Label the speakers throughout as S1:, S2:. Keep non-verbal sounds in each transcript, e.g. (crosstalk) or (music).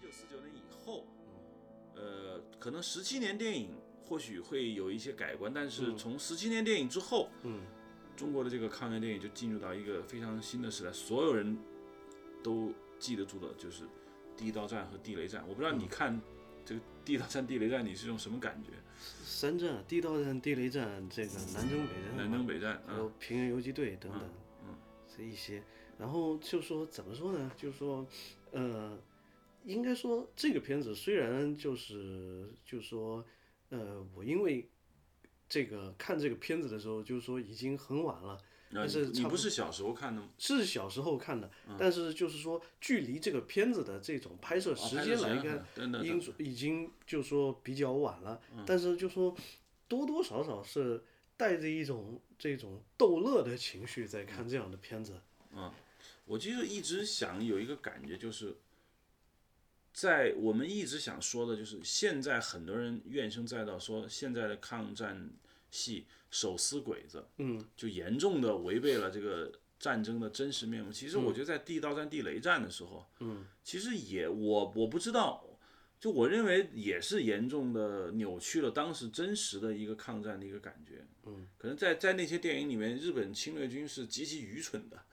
S1: 九四九年以后，呃，可能十七年电影或许会有一些改观，但是从十七年电影之后，
S2: 嗯，
S1: 中国的这个抗战电影就进入到一个非常新的时代，所有人都记得住的就是地道战和地雷战。我不知道
S2: 嗯
S1: 你看这个地道战、地雷战，你是一种什么感觉？
S2: 三战、啊地道战、地雷战，这个南征北战，
S1: 南征北战，
S2: 还有
S1: 嗯
S2: 平原游击队等等，
S1: 嗯
S2: 这一些。然后就说怎么说呢？就说，呃，应该说这个片子虽然就是就说，呃，我因为这个看这个片子的时候，就是说已经很晚了，
S1: 那
S2: 但是
S1: 啊你
S2: 差
S1: 不
S2: 不
S1: 是小时候看的吗？
S2: 是小时候看的，
S1: 嗯
S2: 但是就是说距离这个片子的这种拍
S1: 哦
S2: 摄
S1: 啊
S2: 时间来看，
S1: 看，真的，
S2: 已经已经就说比较晚了，但是就说多多少少是带着一种这种逗乐的情绪在看这样的片子。
S1: 我其实一直想有一个感觉，就是在我们一直想说的，就是现在很多人怨声载道，说现在的抗战戏手撕鬼子，
S2: 嗯，
S1: 就严重的违背了这个战争的真实面目。其实我觉得在地道战、地雷战的时候，嗯，其实也我我不知道。就我认为也是严重的扭曲了当时真实的一个抗战的一个感觉，嗯，可能在在那些电影里面，日本侵略军是极其愚蠢的，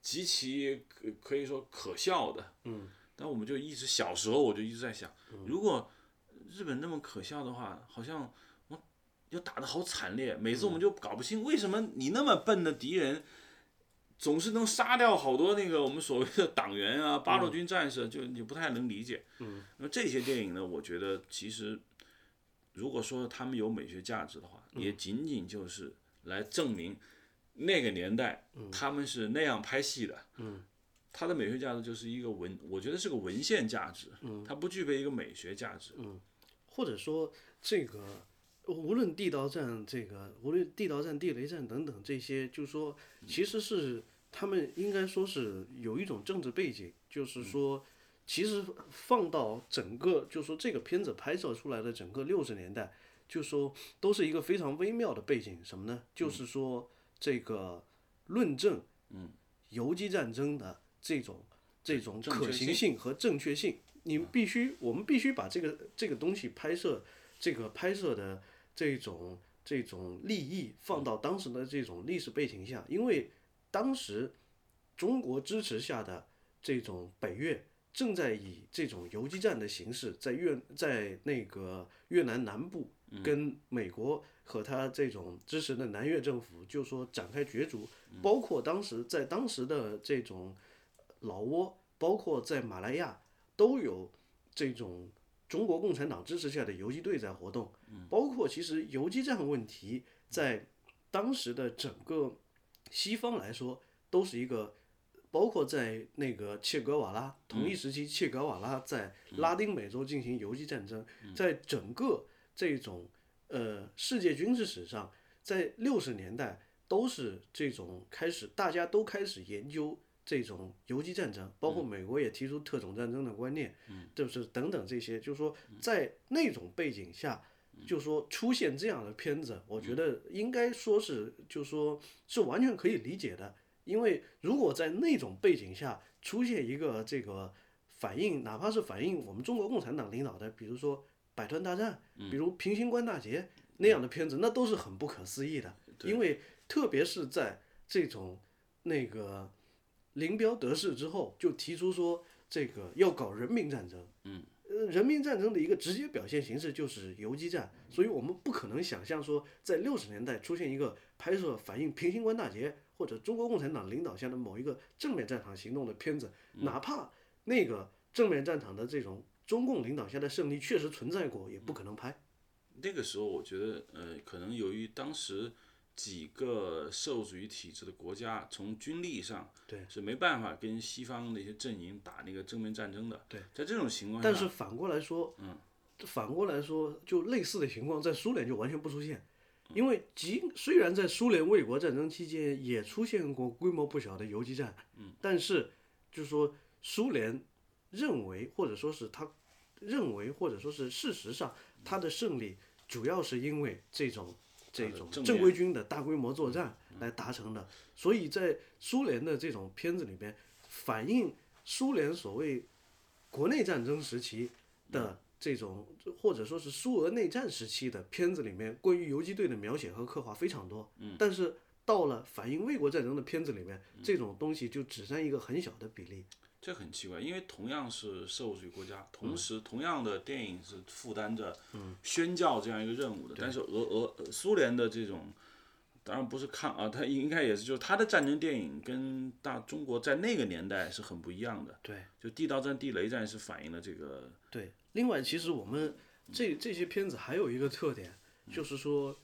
S1: 极其可可以说可笑的。
S2: 嗯，
S1: 但我们就一直小时候我就一直在想，如果日本那么可笑的话，好像我要打得好惨烈，每次我们就搞不清为什么你那么笨的敌人。总是能杀掉好多那个我们所谓的党员啊、八路军战士，就你不太能理解。嗯，那么这些电影呢，我觉得其实如果说他们有美学价值的话，也仅仅就是来证明那个年代他们是那样拍戏的。
S2: 嗯，
S1: 它的美学价值就是一个文，我觉得是个文献价值。嗯，它不具备一个美学价值。
S2: 或者说这个无论地道战这个，无论地道战、地雷战等等这些，就是说其实是他们应该说是有一种政治背景，就是说。其实放到整个，就是说这个片子拍摄出来的整个六十年代，就说都是一个非常微妙的背景，什么呢？就是说这个论证，嗯，游击战争的这种这种
S1: 正确
S2: 可嗯行性和正确性，你必须，我们必须把这个这个东西拍摄，这个拍摄的这种这种利益放到当时的这种历史背景下，因为当时中国支持下的这种北越正在以这种游击战的形式，在越在那个越南南部跟美国和他这种支持的南越政府，就说展开角逐，包括当时在当时的这种老挝，包括在马来亚都有这种中国共产党支持下的游击队在活动，包括其实游击战问题在当时的整个西方来说都是一个。包括在那个切格瓦拉同一时期，切格瓦拉在拉丁美洲进行游击战争，在整个这种呃世界军事史上，在六十年代都是这种开始，大家都开始研究这种游击战争，包括美国也提出特种战争的观念，就是等等这些，就是说在那种背景下。就说出现这样的片子，我觉得应该说是，就说是完全可以理解的，因为如果在那种背景下出现一个这个反映，哪怕是反映我们中国共产党领导的，比如说百团大战，比如平型关大捷那样的片子，那都是很不可思议的。因为特别是在这种那个林彪得势之后，就提出说这个要搞人民战争。嗯。呃，人民战争的一个直接表现形式就是游击战，所以我们不可能想象说，在六十年代出现一个拍摄反映平型关大捷或者中国共产党领导下的某一个正面战场行动的片子，哪怕那个正面战场的这种中共领导下的胜利确实存在过，也不可能拍。
S1: 那个时候，我觉得，呃，可能由于当时几个社会主义体制的国家，从军力上
S2: 对
S1: 是没办法跟西方那些阵营打那个正面战争的。
S2: 对，
S1: 在这种情况下，
S2: 但是反过来说，嗯，反过来说，就类似的情况在苏联就完全不出现，因为即虽然在苏联卫国战争期间也出现过规模不小的游击战，嗯，但是就是说苏联认为或者说是他认为或者说是事实上他的胜利主要是因为这种。这
S1: 的
S2: 种
S1: 正
S2: 正
S1: 面嗯
S2: 规军的大规模作战来达成的，所以在苏联的这种片子里边，反映苏联所谓国内战争时期
S1: 嗯
S2: 的这种，或者说是苏俄内战时期的片子里面，关于游击队的描写和刻画非常多。嗯，但是到了反映卫国战争的片子里面，
S1: 嗯
S2: 这种东西就只占一个很小的比例。
S1: 这很奇怪，因为同样是社会主义国家，
S2: 嗯
S1: 同时同样的电影是负担着宣教这样一个任务的，但是俄俄呃苏联的这种，当然不是抗啊，它应该也是就是它的战争电影跟大中国在那个年代是很不一样的，
S2: 对
S1: 就地道战、地雷战是反映了这个
S2: 对，另外其实我们这这些片子还有一个特点，就是说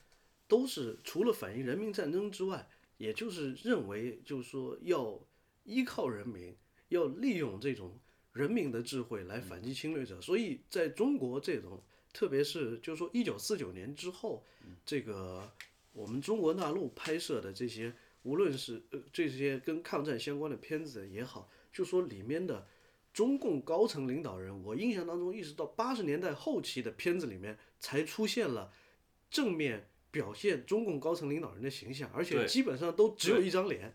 S2: 都是除了反映人民战争之外，也就是认为就是说要依靠人民，要利用这种人民的智慧来反击侵略者。所以在中国这种，特别是就是说一九四九年之后，这个我们中国大陆拍摄的这些，无论是呃这些跟抗战相关的片子也好，就说里面的。中共高层领导人，我印象当中一直到八十年代后期的片子里面才出现了正面表现中共高层领导人的形象，而且基本上都只有一张脸。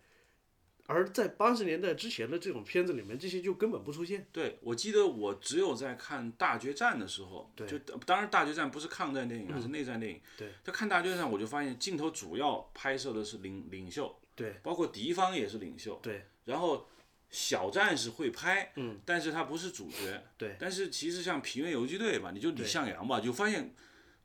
S2: 而在八十年代之前的这种片子里面，这些就根本不出现。
S1: 对，我记得我只有在看《大决战》的时候，就当然《大决战》不是抗战电影，而是内战电影。
S2: 嗯对，
S1: 就看《大决战》，我就发现镜头主要拍摄的是领领袖，
S2: 对，
S1: 包括敌方也是领袖，
S2: 对，
S1: 然后小战士会拍，嗯，但是他不是主角，
S2: 对，
S1: 但是其实像《平原游击队》吧，你就李向阳吧，就发现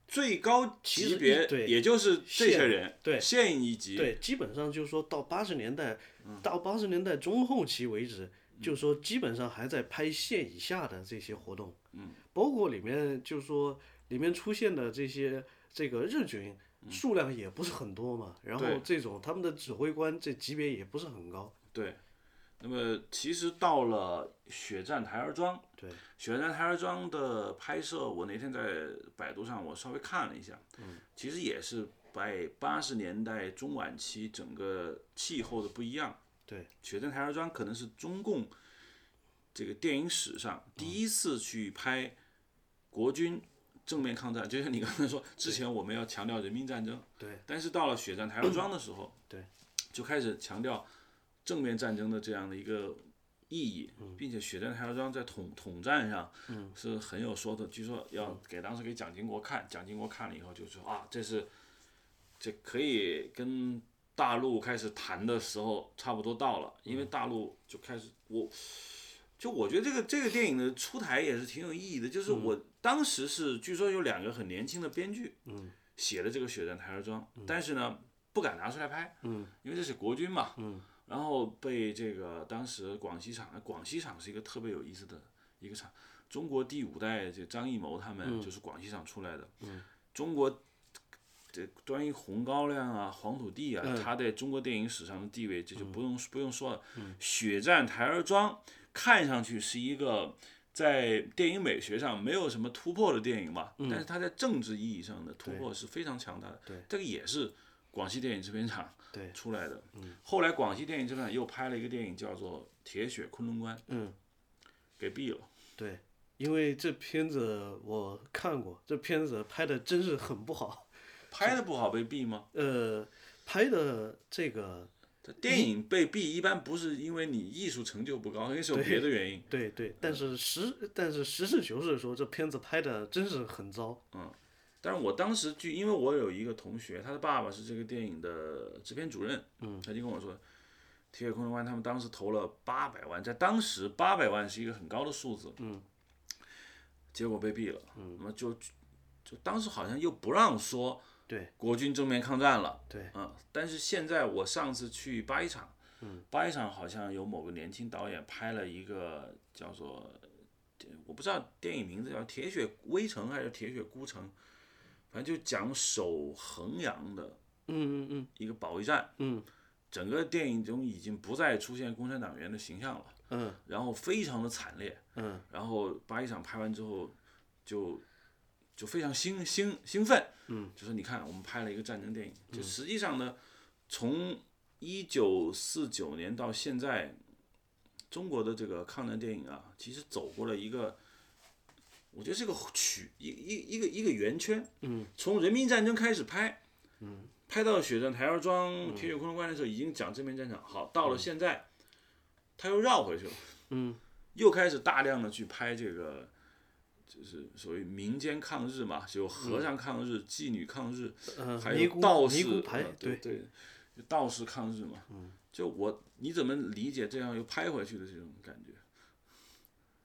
S1: 最高级别
S2: 其实对
S1: 也就是这些人，
S2: 对
S1: 县一级，嗯
S2: 对，基本上就是说到八十年代，到八十年代中后期为止，就是说基本上还在拍县以下的这些活动，嗯，包括里面就是说里面出现的这些这个日军数量也不是很多嘛，然后
S1: 嗯对
S2: 这种他们的指挥官这级别也不是很高，
S1: 对，那么其实到了血战台儿庄，
S2: 对，
S1: 血战台儿庄的拍摄，我那天在百度上我稍微看了一下，嗯，其实也是在八十年代中晚期整个气候的不一样，
S2: 对，
S1: 血战台儿庄可能是中共这个电影史上
S2: 嗯
S1: 第一次去拍国军。正面抗战，就像你刚才说，之前我们要强调人民战争，
S2: 对，
S1: 但是到了血战台儿庄的时候，
S2: 对，
S1: 就开始强调正面战争的这样的一个意义，并且血战台儿庄在统统战上是很有说头，据说要给当时给蒋经国看，蒋经国看了以后就说啊，这是这可以跟大陆开始谈的时候差不多到了，因为大陆就开始我。就我觉得这个这个电影的出台也是挺有意义的，就是我当时是据说有两个很年轻的编剧，
S2: 嗯，
S1: 写的这个《血战台儿庄》，但是呢不敢拿出来拍，
S2: 嗯，
S1: 因为这是国军嘛，
S2: 嗯，
S1: 然后被这个当时广西厂，广西厂是一个特别有意思的一个厂，中国第五代这张艺谋他
S2: 嗯
S1: 们就是广西厂出来的，嗯，中国这关于红高粱啊、黄土地啊，
S2: 嗯
S1: 他在中国电影史上的地位这就不用、不用说了，
S2: 嗯
S1: 血战台儿庄看上去是一个。在电影美学上没有什么突破的电影吧，但是它在政治意义上的突破是非常强大的。
S2: 嗯对
S1: 这个也是广西电影制片厂
S2: 对
S1: 出来的。
S2: 嗯
S1: 后来广西电影制片厂又拍了一个电影叫做《铁血昆仑关》，
S2: 嗯，
S1: 给毙了。
S2: 对，因为这片子我看过，这片子拍的真是很不好，
S1: 拍的不好被毙吗？
S2: 呃，拍的这个
S1: 它电影被毙一般不是因为你艺术成就不高，因为是有别的原因。
S2: 对对，但是实但是实事求是说，这片子拍的真是很糟。
S1: 但是我当时就因为我有一个同学，他的爸爸是这个电影的制片主任，嗯，他就跟我说，《铁血昆仑关》他们当时投了八百万，在当时八百万是一个很高的数字，嗯，结果被毙了，嗯，那么就就当时好像又不让说
S2: 对
S1: 国军正面抗战了，
S2: 对，
S1: 嗯，但是现在我上次去八一厂，嗯，八一厂好像有某个年轻导演拍了一个叫做，呃我不知道电影名字叫《铁血危城》还是《铁血孤城》，反正就讲守衡阳的
S2: 嗯嗯嗯
S1: 一个保卫战，
S2: 嗯，
S1: 整个电影中已经不再出现共产党员的形象了，
S2: 嗯，
S1: 然后非常的惨烈，
S2: 嗯，
S1: 然后八一厂拍完之后就就非常兴兴兴奋，嗯，就说你看我们拍了一个战争电影，就实际上呢，从一九四九年到现在，中国的这个抗战电影啊，其实走过了一个。我觉得是个曲一一一个一个圆圈，嗯，从人民战争开始拍，拍到血战台儿庄、铁血嗯昆仑关的时候，已经讲正面战场，好，到了现在，他又绕回去了，
S2: 嗯，
S1: 又开始大量的去拍这个，就是所谓民间抗日嘛，有和尚抗日、妓女抗日，
S2: 呃，
S1: 还
S2: 嗯尼
S1: 有
S2: 姑
S1: 道
S2: 尼
S1: 士
S2: 姑牌
S1: 呃，
S2: 嗯对，嗯
S1: 对，就道士抗日嘛。就我你怎么理解这样又拍回去的这种感觉？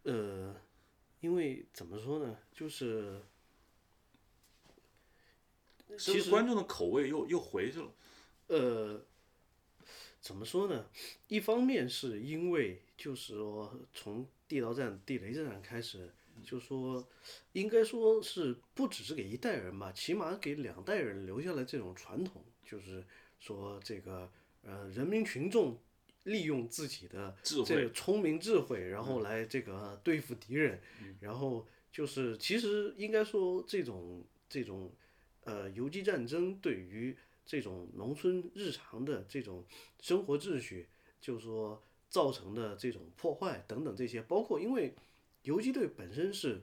S2: 呃，因为怎么说呢，就是
S1: 是
S2: 其
S1: 不是观众的口味又又回去了？
S2: 呃，怎么说呢？一方面是因为就是说从地道战、地雷战开始，就说应该说是不只是给一代人吧，起码给两代人留下了这种传统，就是说这个呃人民群众利用自己的
S1: 智
S2: 这个聪明智慧，然后来这个对付敌人，然后就是其实应该说这种这种呃游击战争对于这种农村日常的这种生活秩序，就是说造成的这种破坏等等这些，包括因为游击队本身是，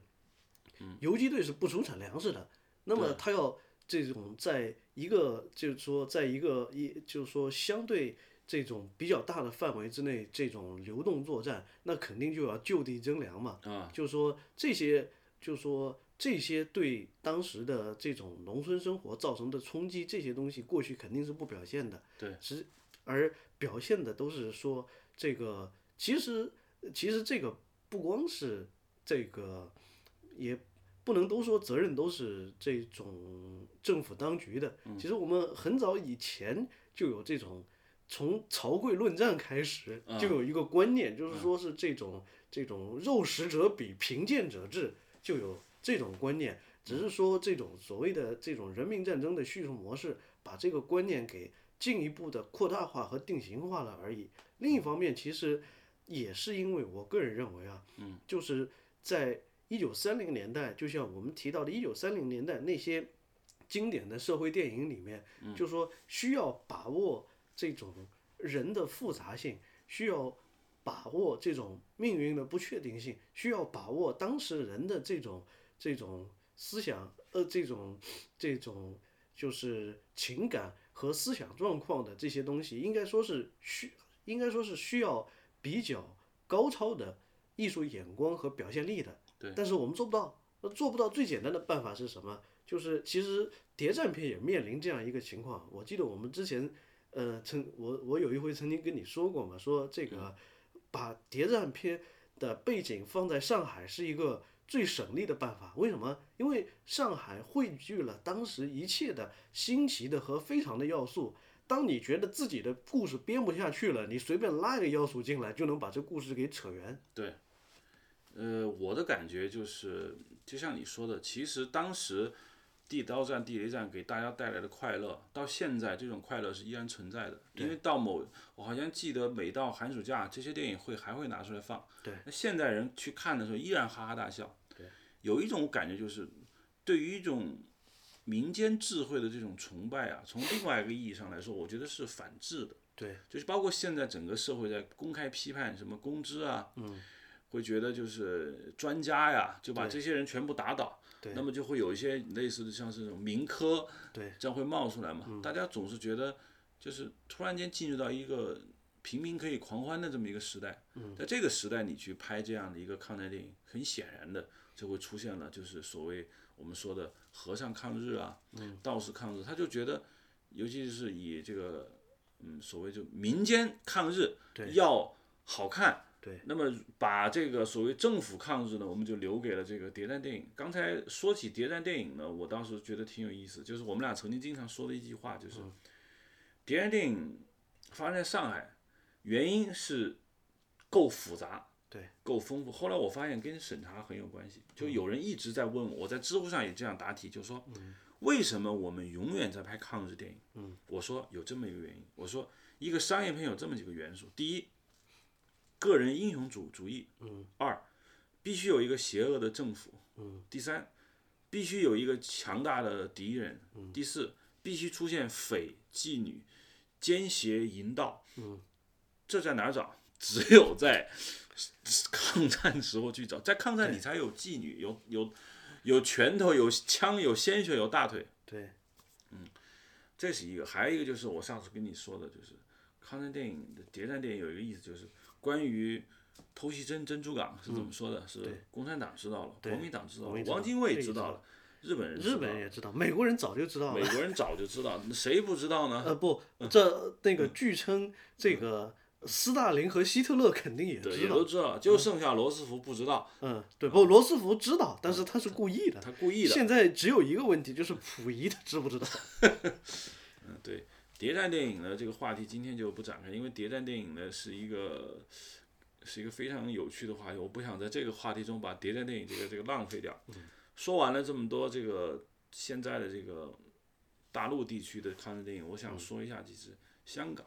S2: 游击队是不生产粮食的，那么他要这种在一个就是说在一个一就是说相对这种比较大的范围之内，这种流动作战，那肯定就要就地征粮嘛。
S1: 啊，
S2: 就是说这些，就是说这些对当时的这种农村生活造成的冲击，这些东西过去肯定是不表现的。
S1: 对，
S2: 只而表现的都是说这个，其实其实这个不光是这个，也不能都说责任都是这种政府当局的。其实我们很早以前就有这种。从曹刿论战开始，就有一个观念，就是说是这种这种肉食者比贫贱者治，就有这种观念。只是说这种所谓的这种人民战争的叙述模式，把这个观念给进一步的扩大化和定型化了而已。另一方面，其实也是因为我个人认为啊，嗯，就是在一九三零年代，就像我们提到的，一九三零年代那些经典的社会电影里面，就说需要把握这种人的复杂性，需要把握这种命运的不确定性，需要把握当事人的这种这种思想，呃，这种这种就是情感和思想状况的这些东西，应该说是需，应该说是需要比较高超的艺术眼光和表现力的。
S1: 对，
S2: 但是我们做不到，那做不到最简单的办法是什么？就是其实谍战片也面临这样一个情况。我记得我们之前，呃，曾我我有一回曾经跟你说过嘛，说这个把谍战片的背景放在上海是一个最省力的办法。为什么？因为上海汇聚了当时一切的新奇的和非常的要素。当你觉得自己的故事编不下去了，你随便拉一个要素进来，就能把这故事给扯圆。
S1: 对，呃，我的感觉就是，就像你说的，其实当时地道战、地雷战给大家带来的快乐，到现在这种快乐是依然存在的。因为到某，我好像记得每到寒暑假，这些电影会还会拿出来放。
S2: 对，
S1: 那现代人去看的时候依然哈哈大笑。有一种感觉就是，对于一种民间智慧的这种崇拜啊，从另外一个意义上来说，我觉得是反制的。
S2: 对，
S1: 就是包括现在整个社会在公开批判什么公知啊，嗯，会觉得就是专家呀，就把这些人全部打倒，
S2: 对
S1: 那么就会有一些类似的像是这种民科，
S2: 对，
S1: 这样会冒出来嘛。大家总是觉得就是突然间进入到一个平民可以狂欢的这么一个时代，嗯，在这个时代你去拍这样的一个抗战电影，很显然的就会出现了就是所谓我们说的和尚抗日啊，嗯，道士抗日，他就觉得尤其是以这个嗯所谓就民间抗日要好看。
S2: 对，
S1: 那么把这个所谓政府抗日呢，我们就留给了这个谍战电影。刚才说起谍战电影呢，我当时觉得挺有意思，就是我们俩曾经经常说的一句话，就是、
S2: 嗯
S1: 谍战电影发生在上海，原因是够复杂，
S2: 对，嗯
S1: 够丰富。后来我发现跟审查很有关系，就有人一直在问我，我在知乎上也这样答题，就说、
S2: 嗯
S1: 为什么我们永远在拍抗日电影？嗯，我说有这么一个原因，我说一个商业片有这么几个元素，第一，个人英雄主主义，嗯，二，必须有一个邪恶的政府，嗯，第三，必须有一个强大的敌人，嗯，第四，必须出现匪妓女。奸邪淫道，嗯，这在哪儿找？只有在抗战时候去找，在抗战你才有妓女，有有有拳头，有枪，有鲜血，有大腿，
S2: 对，
S1: 这是一个。还有一个就是我上次跟你说的，就是抗战电影的谍战电影有一个意思，就是关于偷袭珍珍珠港是怎么说的？是共产党知道了，国民党知道
S2: 嗯国民
S1: 了，
S2: 知道
S1: 汪精卫
S2: 这
S1: 知
S2: 个知
S1: 道
S2: 道
S1: 了，日本人知
S2: 日
S1: 道
S2: 本人
S1: 了，
S2: 也知道，美国人早就知道了
S1: 美。国人早就知道，谁不知道呢？
S2: 呃，不，这那个据称这个斯大林和希特勒肯定也
S1: 对，
S2: 知
S1: 也
S2: 道
S1: 都。知道，就剩下罗斯福不知道，
S2: 嗯，对，不，罗斯福知道，但是他是故意的。
S1: 他故意的。
S2: 现在只有一个问题，就是溥仪他知不知道？
S1: 嗯，对，谍战电影呢这个话题今天就不展开，因为谍战电影呢是一个是一个非常有趣的话题，我不想在这个话题中把谍战电影这个这个浪费掉。说完了这么多这个现在的这个大陆地区的抗日电影，我想说一下几支香港，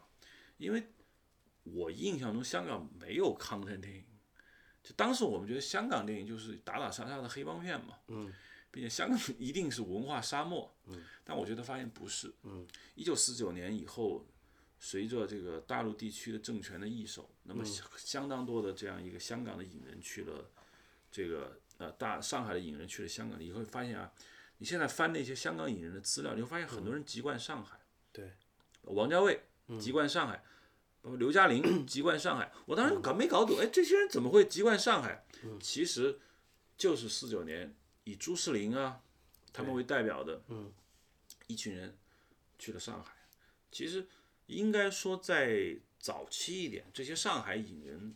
S1: 因为我印象中香港没有抗战电影，就当时我们觉得香港电影就是打打杀杀的黑帮片嘛，
S2: 嗯，
S1: 并且香港一定是文化沙漠，嗯，但我觉得发现不是，嗯，一九四九年以后，随着这个大陆地区的政权的易手，那么相当多的这样一个香港的影人去了这个呃大上海的影人去了香港，你会发现啊，你现在翻那些香港影人的资料，你会发现很多人籍贯上海，
S2: 对，
S1: 王家卫籍贯上海，包括刘嘉玲籍贯上海。我当时搞没搞懂，哎，这些人怎么会籍贯上海？其实就是四九年以朱世林啊他们为代表的，一群人去了上海。其实应该说，在早期一点，这些上海影人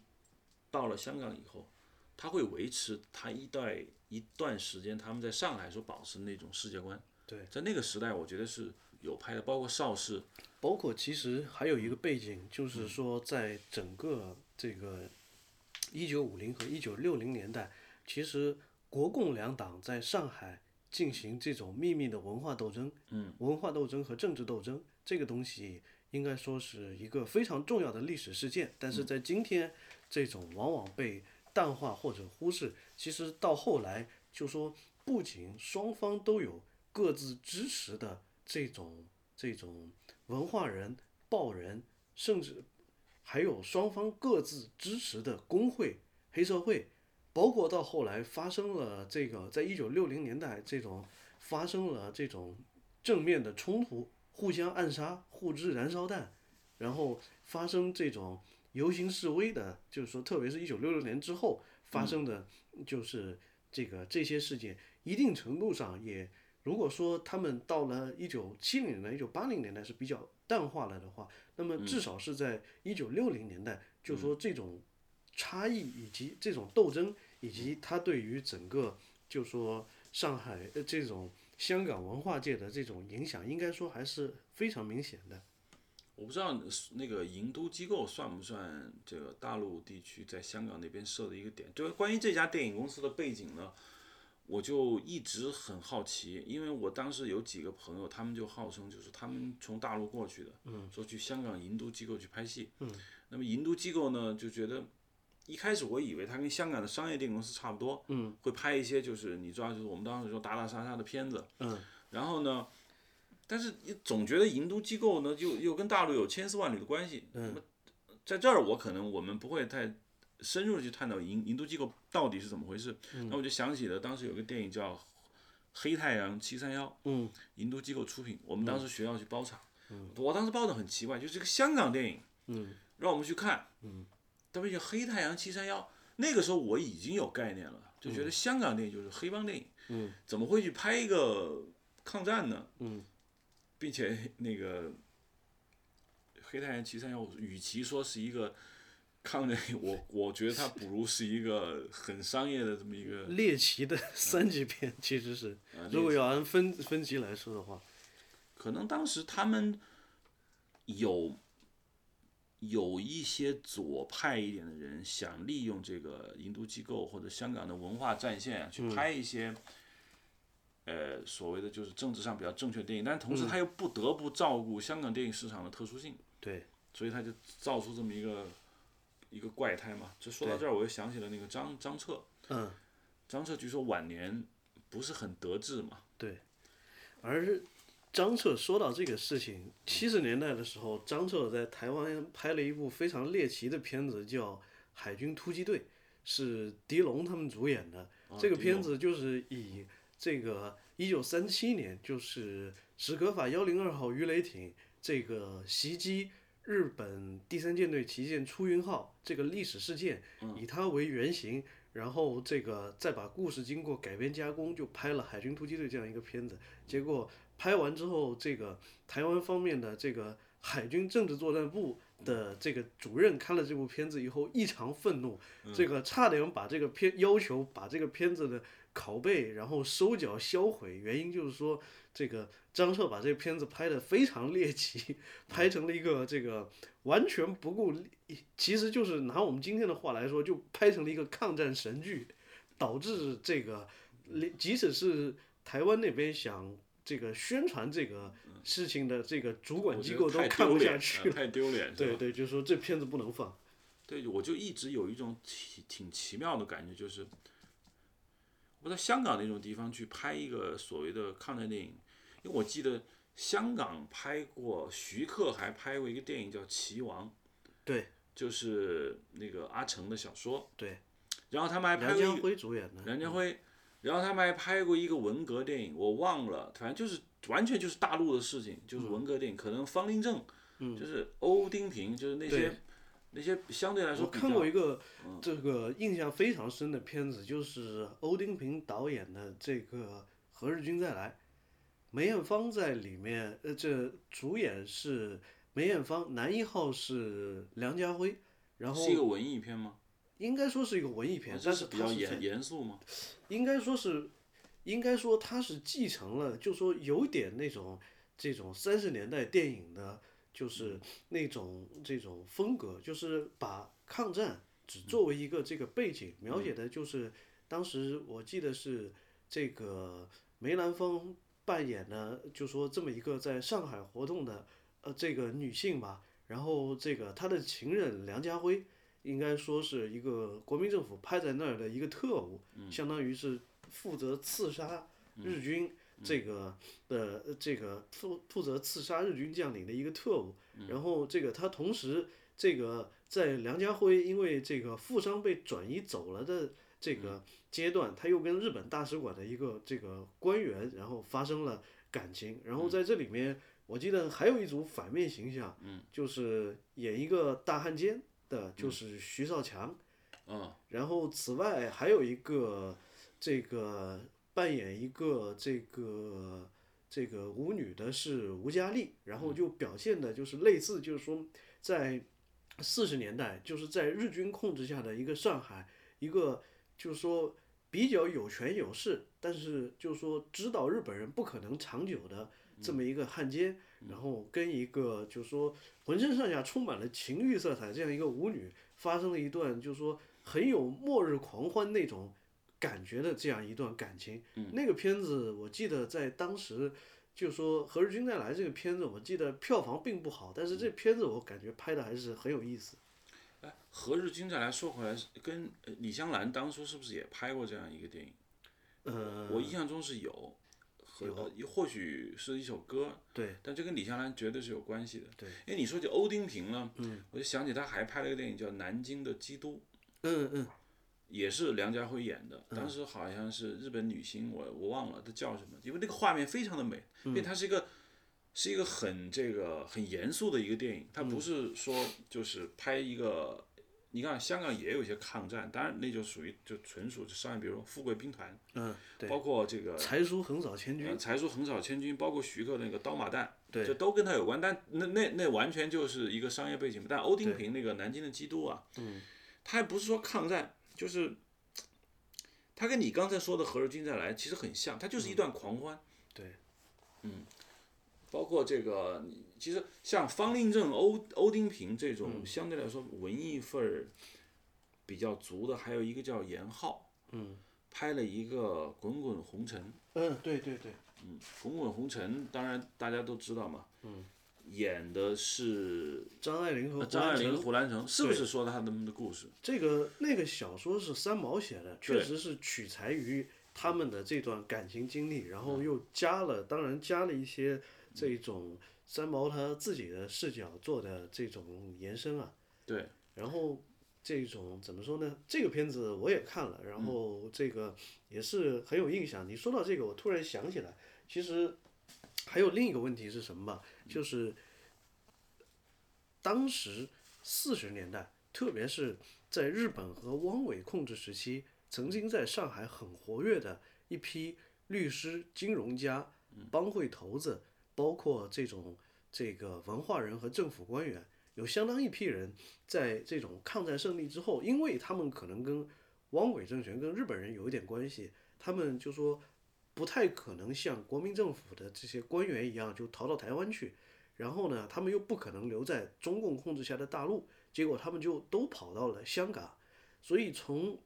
S1: 到了香港以后，他会维持他一代一段时间他们在上海所保持的那种世界观。
S2: 对，
S1: 在那个时代，我觉得是有拍的，包括邵氏，
S2: 包括其实还有一个背景，就是说在整个这个一九五零和一九六零年代，其实国共两党在上海进行这种秘密的文化斗争，嗯，文化斗争和政治斗争这个东西，应该说是一个非常重要的历史事件，但是在今天这种往往被淡化或者忽视，其实到后来就说不仅双方都有各自支持的这种这种文化人、报人，甚至还有双方各自支持的工会、黑社会，包括到后来发生了这个，在一九六零年代这种发生了这种正面的冲突，互相暗杀、互掷燃烧弹，然后发生这种游行示威的，就是说，特别是一九六六年之后发生的，就是这个这些事件，一定程度上也，如果说他们到了一九七零年代、一九八零年代是比较淡化了的话，那么至少是在一九六零年代，就说这种差异以及这种斗争，以及它对于整个就说上海呃这种香港文化界的这种影响，应该说还是非常明显的。
S1: 我不知道那个银都机构算不算这个大陆地区在香港那边设的一个点。对，关于这家电影公司的背景呢，我就一直很好奇，因为我当时有几个朋友，他们就号称就是他们从大陆过去的，说去香港银都机构去拍戏，那么银都机构呢就觉得。一开始我以为它跟香港的商业电影公司差不多，会拍一些就是你知道就是我们当时说打打杀杀的片子，
S2: 嗯，
S1: 然后呢，但是你总觉得银都机构呢，又又跟大陆有千丝万缕的关系。那么在这儿我可能我们不会太深入地去探讨银银都机构到底是怎么回事。那我就想起了当时有个电影叫《黑太阳七三幺》，
S2: 嗯，
S1: 银都机构出品，我们当时学校去包场，我当时包的很奇怪，就是这个香港电影，
S2: 嗯，
S1: 让我们去看，嗯，特别叫《黑太阳七三幺》，那个时候我已经有概念了，就
S2: 嗯
S1: 觉得香港电影就是黑帮电影，嗯，怎么会去拍一个抗战呢？
S2: 嗯，
S1: 并且那个《黑太阳七三幺》，与其说是一个抗战，我我觉得它不如是一个很商业的这么一个
S2: 猎奇的 (laughs) 三级片其实是，
S1: 啊
S2: 如果要按分分级来说的话，
S1: 可能当时他们有有一些左派一点的人想利用这个银都机构或者香港的文化战线啊，
S2: 嗯
S1: 去拍一些、呃所谓的就是政治上比较正确的电影，但是同
S2: 嗯
S1: 时他又不得不照顾香港电影市场的特殊性，
S2: 对，
S1: 所以他就造出这么一个一个怪胎嘛。这说到这儿，我又想起了那个张张彻，
S2: 嗯，
S1: 张彻据说晚年不是很得志嘛，
S2: 而张彻说到这个事情，七十年代的时候，张彻在台湾拍了一部非常猎奇的片子，叫《海军突击队》，是狄龙他们主演的。这个
S1: 狄
S2: 片子就是以这个一九三七年，就是史可法幺零二号鱼雷艇这个袭击日本第三舰队旗舰出云号这个历史事件，以它为原型，然后这个再把故事经过改编加工，就拍了《海军突击队》这样一个片子。结果拍完之后，这个台湾方面的这个海军政治作战部的这个主任看了这部片子以后异常愤怒，
S1: 嗯
S2: 这个差点把这个片要求把这个片子的拷贝然后收缴销毁，原因就是说这个张彻把这个片子拍得非常猎
S1: 嗯
S2: 奇，拍成了一个这个完全不顾利，其实就是拿我们今天的话来说，就拍成了一个抗战神剧，导致这个连即使是台湾那边想这个宣传这个事情的这个主管机
S1: 嗯
S2: 构
S1: 我觉
S2: 都
S1: 得太
S2: 看不
S1: 丢
S2: 下
S1: 脸
S2: 去
S1: 了，太丢脸。是吧
S2: 对对，就说这片子不能放，
S1: 对，我就一直有一种挺挺奇妙的感觉，就是我在香港那种地方去拍一个所谓的抗战电影，因为我记得香港拍过，徐克还拍过一个电影叫《棋王》，
S2: 对，
S1: 就是那个阿城的小说，
S2: 对，
S1: 然后他们还拍
S2: 梁
S1: 过一
S2: 家
S1: 个
S2: 辉主演的，
S1: 梁家辉，然后他们还拍过一个文革电影，我忘了，反正就是完全就是大陆的事情，
S2: 嗯
S1: 就是文革电影，可能方令正，就是欧丁平，就是那些那些相对来说
S2: 我
S1: 比
S2: 看
S1: 较嗯
S2: 过一个这个印象非常深的片子，就是欧丁平导演的这个《何日君再来》，梅艳芳在里面，呃，这主演是梅艳芳，男一号是梁家辉，然后
S1: 是一个文艺片吗？
S2: 应该说是一个文艺片
S1: 哦，这
S2: 但
S1: 是比
S2: 它
S1: 较
S2: 是
S1: 严严肃吗？
S2: 应该说是，应该说它是继承了，就说有点那种这种三十年代电影的，就是那种这种风格，就是把抗战只作为一个这个背景，描写的就是当时我记得是这个梅兰芳扮演的，就说这么一个在上海活动的呃这个女性吧，然后这个她的情人梁家辉。应该说是一个国民政府派在那儿的一个特务，相当于是负责刺杀日军这个的、呃这个负负责刺杀日军将领的一个特务。然后这个他同时这个在梁家辉因为这个负伤被转移走了的这个阶段，他又跟日本大使馆的一个这个官员然后发生了感情，然后在这里面。我记得还有一组反面形象，就是演一个大汉奸的，就是徐少强，
S1: 嗯，
S2: 然后此外还有一个这个扮演一个这个这个舞女的是吴佳丽，然后就表现的就是类似，就是说在四十年代，就是在日军控制下的一个上海，一个就是说比较有权有势，但是就是说知道日本人不可能长久的这么一个汉奸，然后跟一个就是说浑身上下充满了情欲色彩这样一个舞女发生了一段就是说很有末日狂欢那种感觉的这样一段感情。那个片子我记得在当时。就说《何日君再来》这个片子，我记得票房并不好，但是这片子我感觉拍的还是很有意思。
S1: 哎，何日君再来说回来，跟呃李香兰当初是不是也拍过这样一个电影？
S2: 呃，
S1: 我印象中是有，和呃或许是一首歌，
S2: 对，
S1: 但这跟李香兰绝对是有关系的。
S2: 对，
S1: 因为你说起欧丁平呢，我就想起他还拍了个电影叫《南京的基督》，
S2: 嗯嗯，
S1: 也是梁家辉演的，当时好像是日本女星，我我忘了她叫什么，因为那个画面非常的美，
S2: 嗯
S1: 因为它是一个是一个很这个很严肃的一个电影，它
S2: 嗯
S1: 不是说就是拍一个，你看香港也有一些抗战，当然那就属于就纯属是商业，比如说富贵兵团，
S2: 嗯，对，
S1: 包括这个
S2: 才疏横扫千军，
S1: 呃才疏横扫千军，包括徐克那个刀马旦，
S2: 对
S1: 这都跟他有关。但那那那完全就是一个商业背景。但欧丁平那个南京的基督啊，
S2: 嗯，
S1: 他还不是说抗战，就是他跟你刚才说的何日君再来其实很像，它
S2: 嗯
S1: 就是一段狂欢。
S2: 对，
S1: 包括这个，其实像方令正、欧欧丁平这种
S2: 嗯
S1: 相对来说文艺范儿比较足的，还有一个叫严浩，
S2: 嗯，
S1: 拍了一个《滚滚红尘》。
S2: 嗯，对对对，
S1: 嗯，《滚滚红尘》当然大家都知道嘛，嗯，演的是
S2: 张爱玲和胡
S1: 呃张爱
S2: 兰
S1: 玲、
S2: 成，
S1: 胡兰成，是不是说他们的故事？
S2: 这个那个小说是三毛写的，确
S1: 对
S2: 实是取材于他们的这段感情经历，然
S1: 嗯
S2: 后又加了，当然加了一些这种三毛他自己的视角做的这种延伸啊。
S1: 对，
S2: 然后这种怎么说呢？这个片子我也看了，
S1: 嗯
S2: 然后这个也是很有印象。你说到这个，我突然想起来，
S1: 嗯
S2: 其实还有另一个问题是什么吧？就是当时四十年代，特别是在日本和汪伪控制时期，曾经在上海很活跃的一批律师、金融家、帮会头子，包括这种这个文化人和政府官员，有相当一批人在这种抗战胜利之后，因为他们可能跟汪伪政权跟日本人有一点关系，他们就说不太可能像国民政府的这些官员一样就逃到台湾去，然后呢，他们又不可能留在中共控制下的大陆，结果他们就都跑到了香港，所以从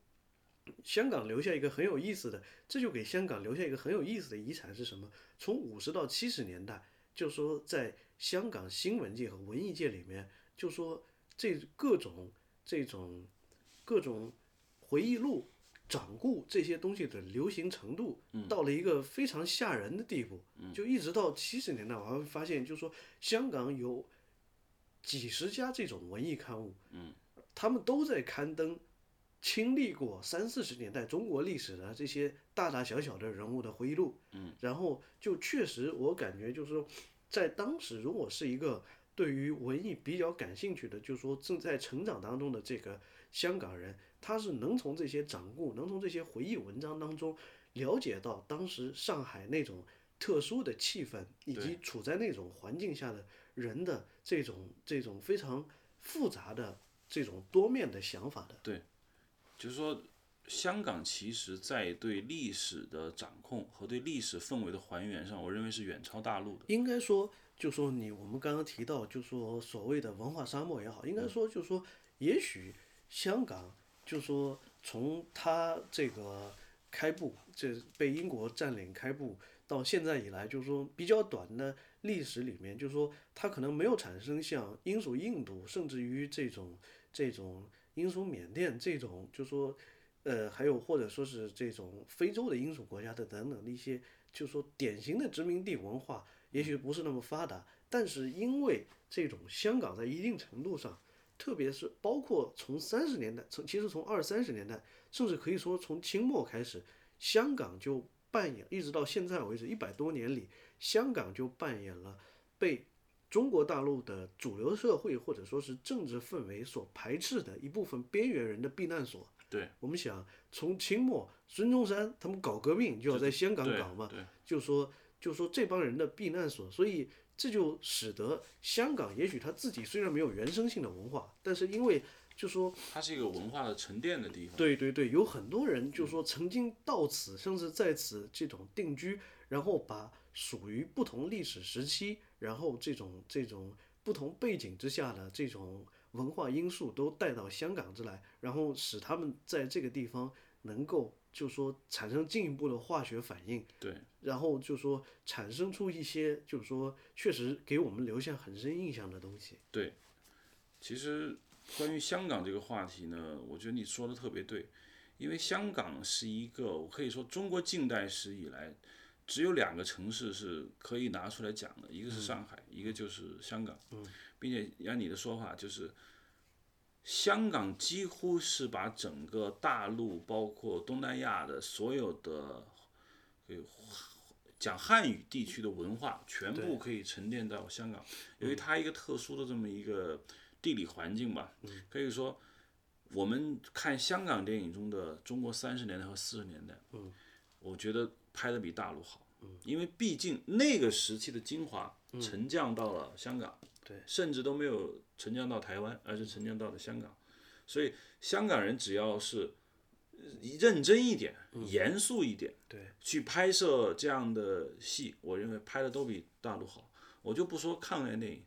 S2: 香港留下一个很有意思的，这就给香港留下一个很有意思的遗产是什么？从五十到七十年代，就说在香港新闻界和文艺界里面，就说这各种这种各种回忆录、掌故这些东西的流行程度，到了一个非常吓人的地步。就一直到七十年代，我还会发现，就说香港有几十家这种文艺刊物，嗯，他们都在刊登经历过三四十年代中国历史的这些大大小小的人物的回忆录，嗯，然后就确实我感觉就是说，在当时如果是一个对于文艺比较感兴趣的，就是说正在成长当中的这个香港人，他是能从这些掌故，能从这些回忆文章当中了解到当时上海那种特殊的气氛，以及处在那种环境下的人的这种这种非常复杂的这种多面的想法的。
S1: 就是说，香港其实在对历史的掌控和对历史氛围的还原上，我认为是远超大陆的。
S2: 应该说，就说你我们刚刚提到，就说所谓的文化沙漠也好，应该说就说，也许香港就说从它这个开埠，这被英国占领开埠到现在以来，就说比较短的历史里面，就说它可能没有产生像英属印度，甚至于这种这种英属缅甸这种，就说呃，还有或者说是这种非洲的英属国家的等等的一些，就说典型的殖民地文化，也许不是那么发达，但是因为这种香港在一定程度上，特别是包括从三十年代，从其实从二三十年代，甚至可以说从清末开始，香港就扮演，一直到现在为止一百多年里，香港就扮演了被中国大陆的主流社会或者说是政治氛围所排斥的一部分边缘人的避难所。
S1: 对，
S2: 我们想从清末孙中山他们搞革命就要在香港
S1: 对
S2: 搞嘛，
S1: 对，
S2: 就说就说这帮人的避难所，所以这就使得香港也许他自己虽然没有原生性的文化，但是因为就说
S1: 它是一个文化的沉淀的地方。
S2: 对对对，有很多人就说曾经到此，甚至在此这种定居，然后把属于不同历史时期，然后这种这种不同背景之下的这种文化因素都带到香港之来，然后使他们在这个地方能够就说产生进一步的化学反应，
S1: 对，
S2: 然后就说产生出一些就是说确实给我们留下很深印象的东西。
S1: 对，其实关于香港这个话题呢，我觉得你说的特别对，因为香港是一个我可以说中国近代史以来只有两个城市是可以拿出来讲的，一个是上海，一个就是香港，并且按你的说法就是。香港几乎是把整个大陆，包括东南亚的所有的，呃，讲汉语地区的文化，全部可以沉淀到香港。由于它一个特殊的这么一个地理环境吧，
S2: 嗯
S1: 可以说我们看香港电影中的中国三十年代和四十年代，
S2: 嗯
S1: 我觉得拍的比大陆好，因为毕竟那个时期的精华沉降到了香港，
S2: 嗯对
S1: 甚至都没有沉降到台湾，而是沉降到了香港。所以香港人只要是呃认真一点、严肃一点，
S2: 嗯对，
S1: 去拍摄这样的戏，我认为拍的都比大陆好。我就不说抗战电影，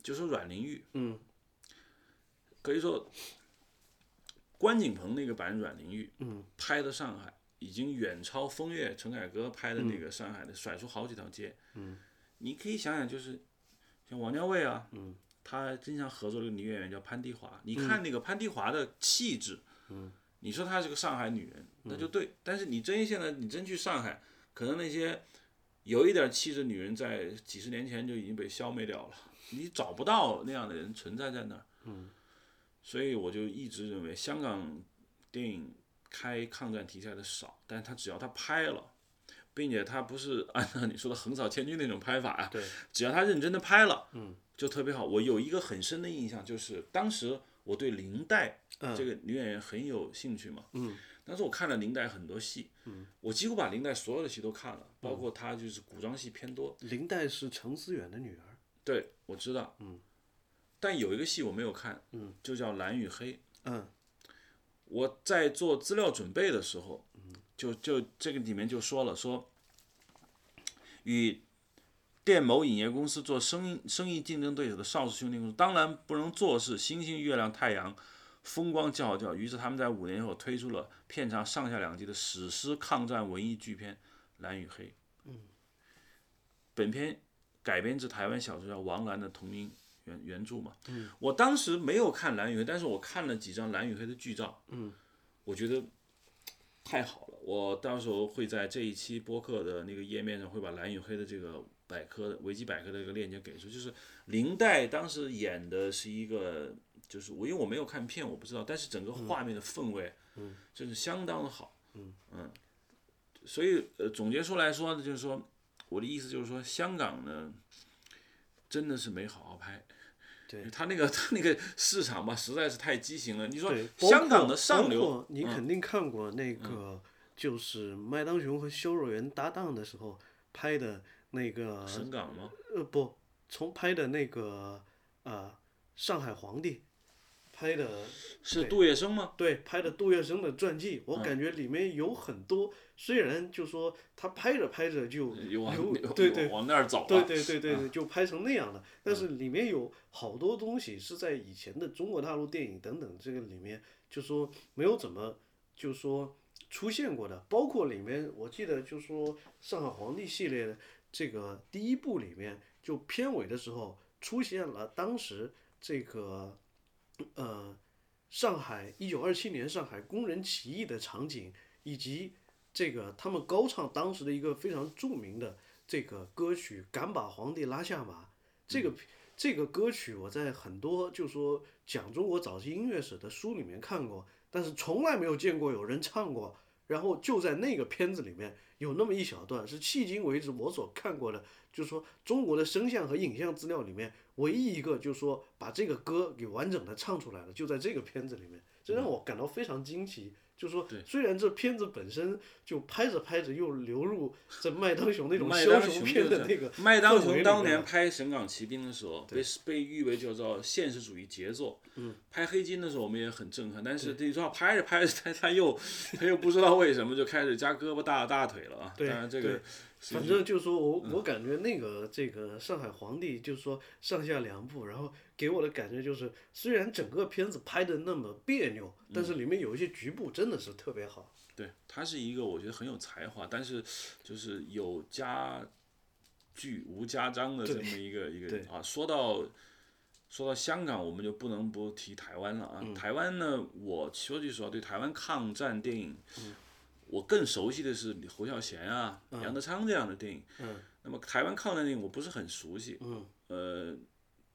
S1: 就说阮玲玉，
S2: 嗯，
S1: 可以说关锦鹏那个版阮玲玉，嗯，拍的上海已经远超风月陈凯歌拍的那个上海的，甩出好几条街，嗯，你可以想想，就是像王家卫啊，嗯，他经常合作的一个女演员叫潘迪华，你看那个潘迪华的气质，你说她是个上海女人，那就对。但是你真现在你真去上海，可能那些有一点气质女人，在几十年前就已经被消灭掉了，你找不到那样的人存在在那儿。嗯，所以我就一直认为香港电影开抗战题材的少，但是他只要他拍了，并且他不是按照你说的横扫千军那种拍法呀、啊
S2: 对，
S1: 只要他认真的拍了，嗯，就特别好。我有一个很深的印象，就是当时我对林黛、这个女演员很有兴趣嘛，嗯，当时我看了林黛很多戏，嗯，我几乎把林黛所有的戏都看了，包括她就是古装戏偏多，
S2: 林黛是程思远的女儿，
S1: 对我知道，嗯，但有一个戏我没有看，嗯，就叫《蓝与黑》，
S2: 嗯，
S1: 我在做资料准备的时候，就就这个里面就说了，说与电某影业公司做生意生意竞争对手的邵氏兄弟公司，当然不能坐视星星、月亮、太阳风光照耀。于是他们在五年后推出了片长上下两集的史诗抗战文艺巨片《蓝与黑》。嗯，本片改编自台湾小说家王兰的同名原原著嘛。嗯，我当时没有看《蓝与黑》，但是我看了几张《蓝与黑》的剧照。嗯，我觉得太好了，我到时候会在这一期播客的那个页面上会把蓝与黑的这个百科维基百科的这个链接给出。就是林黛当时演的是一个，就是我因为我没有看片，我不知道，但是整个画面的氛围，嗯，就是相当的好，嗯所以呃总结出来说呢，就是说我的意思就是说香港呢。真的是没好好拍，
S2: 对
S1: (laughs) 他那个他那个市场吧，实在是太畸形了。你说
S2: 对，包
S1: 香港
S2: 括
S1: 的上流，嗯
S2: 包括你肯定看过那个，就是麦当雄和修若元搭档的时候拍的那个，
S1: 神港吗？
S2: 呃，不，从拍的那个呃上海皇帝拍的
S1: 是杜月笙吗？
S2: 对，拍的杜月笙的传记，我
S1: 嗯
S2: 感觉里面有很多，虽然就说他拍着拍着就
S1: 有往
S2: 有
S1: 有
S2: (laughs) 对对
S1: 往那儿走啊
S2: 对
S1: 了。嗯
S2: 对对对对，就拍成那样了。但是里面有好多东西是在以前的中国大陆电影等等这个里面，就说没有怎么就说出现过的，包括里面我记得就说上海皇帝系列的这个第一部里面，就片尾的时候出现了当时这个呃上海一九二七年上海工人起义的场景，以及这个他们高唱当时的一个非常著名的这个歌曲《敢把皇帝拉下马》。这
S1: 嗯
S2: 个、这个歌曲我在很多就说讲中国早期音乐史的书里面看过，但是从来没有见过有人唱过。然后就在那个片子里面有那么一小段，是迄今为止我所看过的，就是说中国的声像和影像资料里面唯一一个，就是说把这个歌给完整的唱出来了，就在这个片子里面，这
S1: 嗯
S2: 让我感到非常惊奇。就是说，虽然这片子本身就拍着拍着又流入这麦当雄那种
S1: 麦
S2: 枭
S1: 当
S2: 雄
S1: 雄
S2: 片
S1: 就
S2: 的
S1: 是
S2: 那个
S1: 麦当
S2: 氛围
S1: 雄
S2: 里
S1: 当
S2: 面
S1: 年
S2: 了
S1: 拍《神港奇兵》的时候，被被誉为叫做现实主义杰作。嗯，拍《黑金》的时候我们也很震撼，但是你说拍着拍着，他他又他又不知道为什么就开始加胳膊大大腿了啊。
S2: 对
S1: 当然这个
S2: 对反正就说我我感觉那个这个上海皇帝就说上下两部，然后给我的感觉就是，虽然整个片子拍的那么别扭，但是里面有一些局部真的是特别好。
S1: 对他是一个我觉得很有才华，但是就是有家具无家章的这么一个一个人啊。说到说到香港，我们就不能不提台湾了啊。
S2: 嗯
S1: 台湾呢，我说句实话，对台湾抗战电影，
S2: 嗯
S1: 我更熟悉的是侯孝贤啊、杨德昌这样的电影。
S2: 嗯
S1: 那么台湾抗战电影我不是很熟悉，
S2: 嗯
S1: 呃，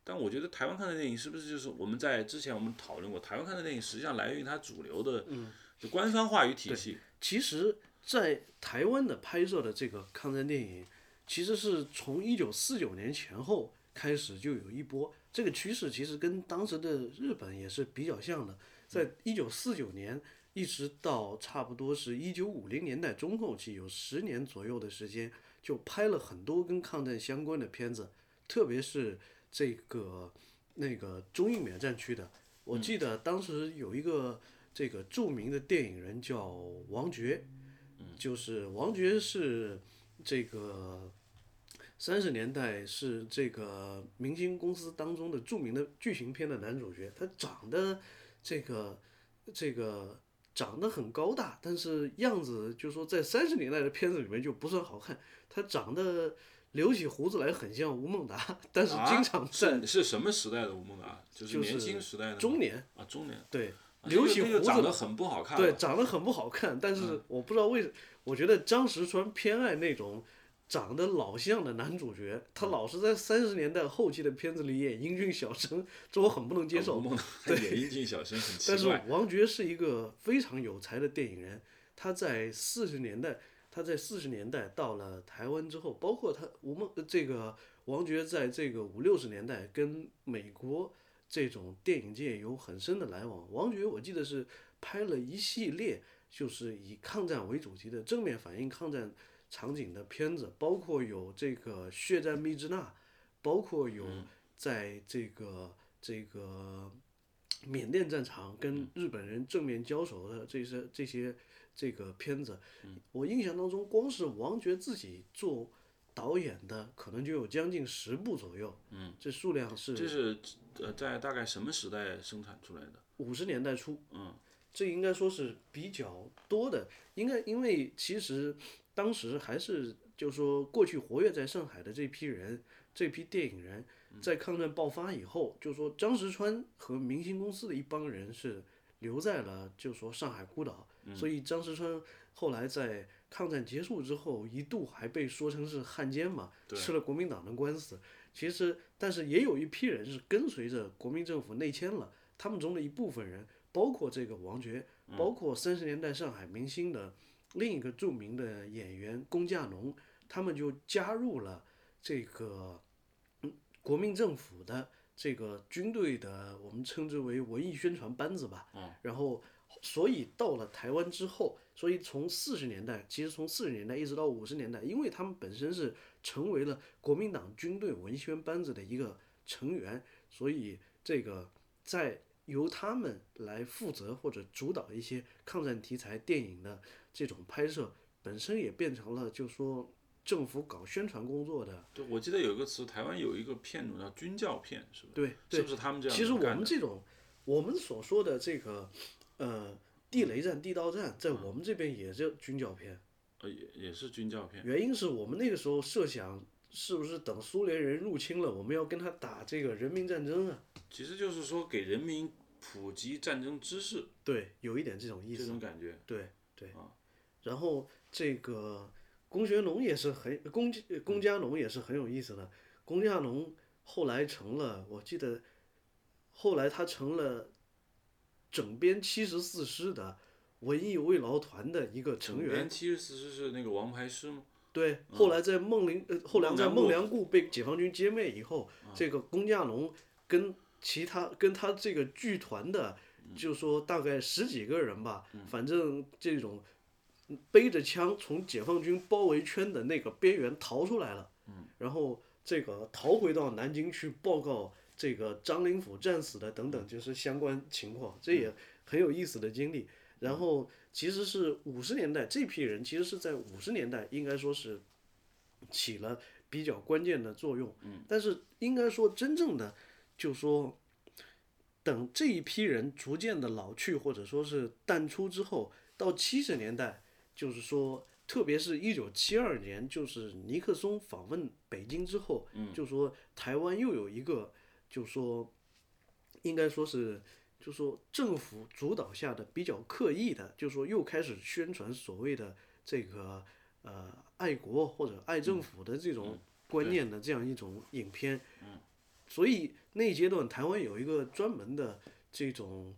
S1: 但我觉得台湾抗战电影是不是就是我们在之前我们讨论过，台湾抗战电影实际上来源于它主流的、
S2: 嗯
S1: 就官方话语体系。
S2: 其实，在台湾的拍摄的这个抗战电影，其实是从一九四九年前后开始就有一波。这个趋势其实跟当时的日本也是比较像的，在一九四九年一直到差不多是一九五零年代中后期，有十年左右的时间，就拍了很多跟抗战相关的片子，特别是这个那个中印缅战区的。我记得当时有一个这个著名的电影人叫王珏，就是王珏是这个三十年代是这个明星公司当中的著名的剧情片的男主角，他长得这个这个长得很高大，但是样子就说在三十年代的片子里面就不算好看，他长得留起胡子来很像吴孟达，但 (laughs) 是经常
S1: 啊、是是什么时代的吴孟达？就是
S2: 就
S1: 年
S2: 是
S1: 轻时代的吗
S2: 中年
S1: 啊，中年。
S2: 对
S1: 啊
S2: 留
S1: 这
S2: 起
S1: 个这个
S2: 胡子
S1: 长得很不好看。啊
S2: 对，，长得很不好看，但是我不知道为什我觉得张石川偏爱那种长得老像的男主角，他老是在三十年代后期的片子里演英俊小生，这我很不能接受
S1: 吴。 (laughs) 孟达演英俊小生很奇
S2: 但是
S1: 怪。
S2: 王珏是一个非常有才的电影人，他在四十年代，他在四十年代到了台湾之后，包括他吴孟呃这个王爵在这个五六十年代跟美国这种电影界有很深的来往。王爵我记得是拍了一系列就是以抗战为主题的正面反映抗战场景的片子，包括有这个《血战密支那》，包括有
S1: 嗯
S2: 在这个这个缅甸战场跟日本人正面交手的这些这些这个片子，我印象当中，光是王爵自己做导演的，可能就有将近十部左右。嗯，这数量
S1: 这
S2: 是
S1: 是呃在大概什么时代生产出来的？
S2: 五十年代初，
S1: 嗯，
S2: 这应该说是比较多的。应该因为其实当时还是就说过去活跃在上海的这批人，这批电影人，
S1: 嗯
S2: 在抗战爆发以后，就说张石川和明星公司的一帮人是留在了就说上海孤岛，
S1: 嗯
S2: 所以张石川后来在抗战结束之后，一度还被说成是汉奸嘛，吃了国民党的官司。其实，但是也有一批人是跟随着国民政府内迁了，他们中的一部分人，包括这个王爵，包括三十年代上海明星的另一个著名的演员龚稼农，他们就加入了这个嗯国民政府的这个军队的，我们称之为文艺宣传班子吧。然后，所以到了台湾之后，所以从四十年代，其实从四十年代一直到五十年代，因为他们本身是成为了国民党军队文宣班子的一个成员，所以这个在由他们来负责或者主导一些抗战题材电影的这种拍摄，本身也变成了就说政府搞宣传工作的。
S1: 对，我记得有一个词，台湾有一个片种叫军教片，是吧？
S2: 对
S1: 是不是他们这样
S2: 其实
S1: 子
S2: 我
S1: 干
S2: 们这种，我们所说的这个，呃，地雷战、地道战，
S1: 嗯
S2: 在我们这边也叫军教片。
S1: 呃也也是军教片，
S2: 原因是我们那个时候设想，是不是等苏联人入侵了，我们要跟他打这个人民战争啊？
S1: 其实就是说给人民普及战争知识
S2: 对，有一点这种意
S1: 这
S2: 思。
S1: 种感觉。
S2: 对对。然后这个龚学农也是很龚呃
S1: 嗯
S2: 龚家农也是很有意思的。龚家农后来成了，我记得后来他成了整编七十四师的文艺慰劳团的一个成员。
S1: 员七十四是那个王牌师吗？
S2: 对，后来在孟林呃，后来在
S1: 孟良
S2: 嗯孟良崮嗯被解放军歼灭以后，这个龚稼农跟其他跟他这个剧团的，就说大概十几个人吧，反正这种背着枪从解放军包围圈的那个边缘逃出来了，然后这个逃回到南京去报告这个张灵甫战死的等等，就是相关情况，这也很有意思的经历。然后其实是五十年代这批人，其实是在五十年代应该说是起了比较关键的作用。嗯，但是应该说真正的就说，等这一批人逐渐的老去或者说是淡出之后，到七十年代，就是说。特别是一九七二年，就是尼克松访问北京之后，就说台湾又有一个，就说应该说是，就说政府主导下的比较刻意的，就说又开始宣传所谓的这个呃爱国或者爱政府的这种观念的这样一种影片。所以那一阶段台湾有一个专门的这种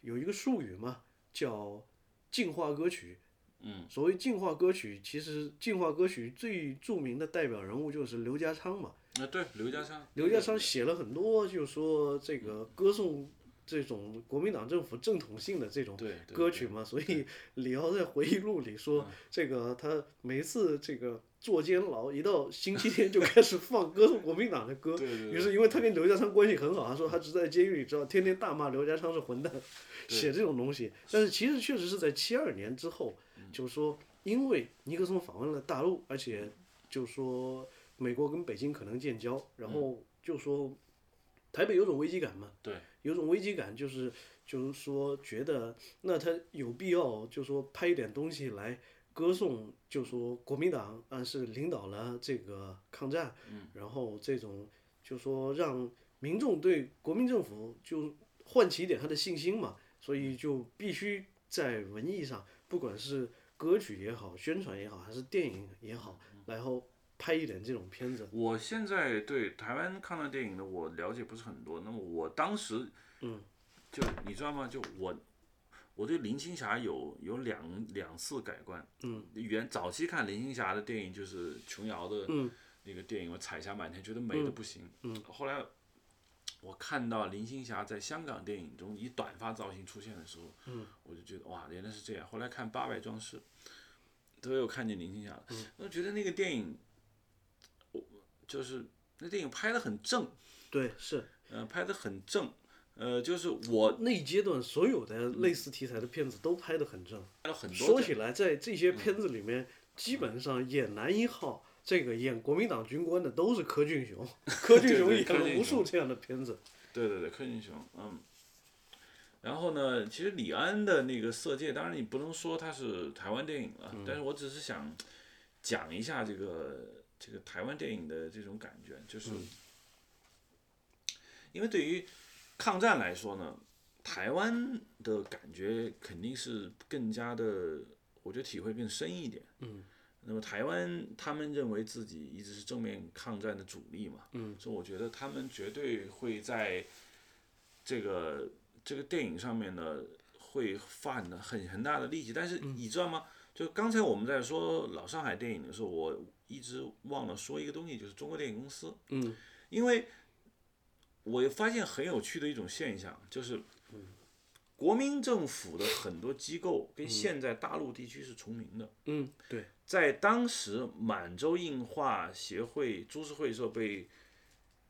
S2: 有一个术语嘛，叫净化歌曲。嗯，所谓净化歌曲，其实净化歌曲最著名的代表人物就是刘家昌嘛。
S1: 啊，对，刘家昌。
S2: 刘家昌写了很多，就是说这
S1: 嗯
S2: 个歌颂这种国民党政府正统性的这种
S1: 对对嗯
S2: 歌曲嘛，所以李敖在回忆录里说，这个他每次这个坐监牢，一到星期天就开始放歌颂国民党的歌。
S1: 对对对
S2: 于是，因为他跟刘家昌关系很好，他说他只在监狱里知道天天大骂刘家昌是混蛋， (laughs) 写这种东西。但是其实确实是在七二年之后，
S1: 嗯
S2: 就是说，因为尼克松访问了大陆，而且
S1: 嗯
S2: 就说美国跟北京可能建交，然
S1: 嗯
S2: 后就说台北有种危机感嘛，
S1: 对，
S2: 有种危机感，就是就是说觉得那他有必要就说拍一点东西来歌颂，就说国民党啊是领导了这个抗战，然后这种就说让民众对国民政府就唤起一点他的信心嘛，所以就必须在文艺上，不管是歌曲也好，宣传也好，还是电影也好，然后拍一点这种片子，
S1: 我现在对台湾抗战电影的我了解不是很多，那么我当时，嗯，就你知道吗？就我，我对林青霞有有两两次改观。嗯，原早期看林青霞的电影就是琼瑶的那个电影，我彩霞满天，觉得美的不行。嗯，后来我看到林青霞在香港电影中以短发造型出现的时候，嗯，我就觉得哇，原来是这样。后来看《八百壮士》，都有看见林青霞了，我觉得那个电影，我就是那电影拍的很正，
S2: 对，是
S1: 呃，拍的很正，呃，就是我
S2: 那一阶段所有的类似题材的片子都拍得很正。
S1: 拍了嗯很多嗯
S2: 说起来，在这些片子里面，基本上演男一号。这个演国民党军官的都是柯
S1: (laughs)
S2: 俊雄，柯俊雄
S1: 对
S2: 演
S1: 柯俊
S2: 了无
S1: 雄
S2: 数这样的片子。
S1: 对对对，柯俊雄，嗯。然后呢，其实李安的那个《色戒》，当然你不能说它是台湾电影了，但是我只是想讲一下这个这个台湾电影的这种感觉，就是、因为对于抗战来说呢，台湾的感觉肯定是更加的，我觉得体会更深一点。
S2: 嗯。
S1: 那么台湾他们认为自己一直是正面抗战的主力嘛，
S2: 嗯，
S1: 所以我觉得他们绝对会在这个这个电影上面呢，会犯的很很大的力气。但是你知道吗？就刚才我们在说老上海电影的时候，我一直忘了说一个东西，就是中国电影公司。
S2: 嗯，
S1: 因为我发现很有趣的一种现象，就是国民政府的很多机构跟现在大陆地区是重名的。
S2: 嗯，对，
S1: 在当时满洲映画协会株式会社被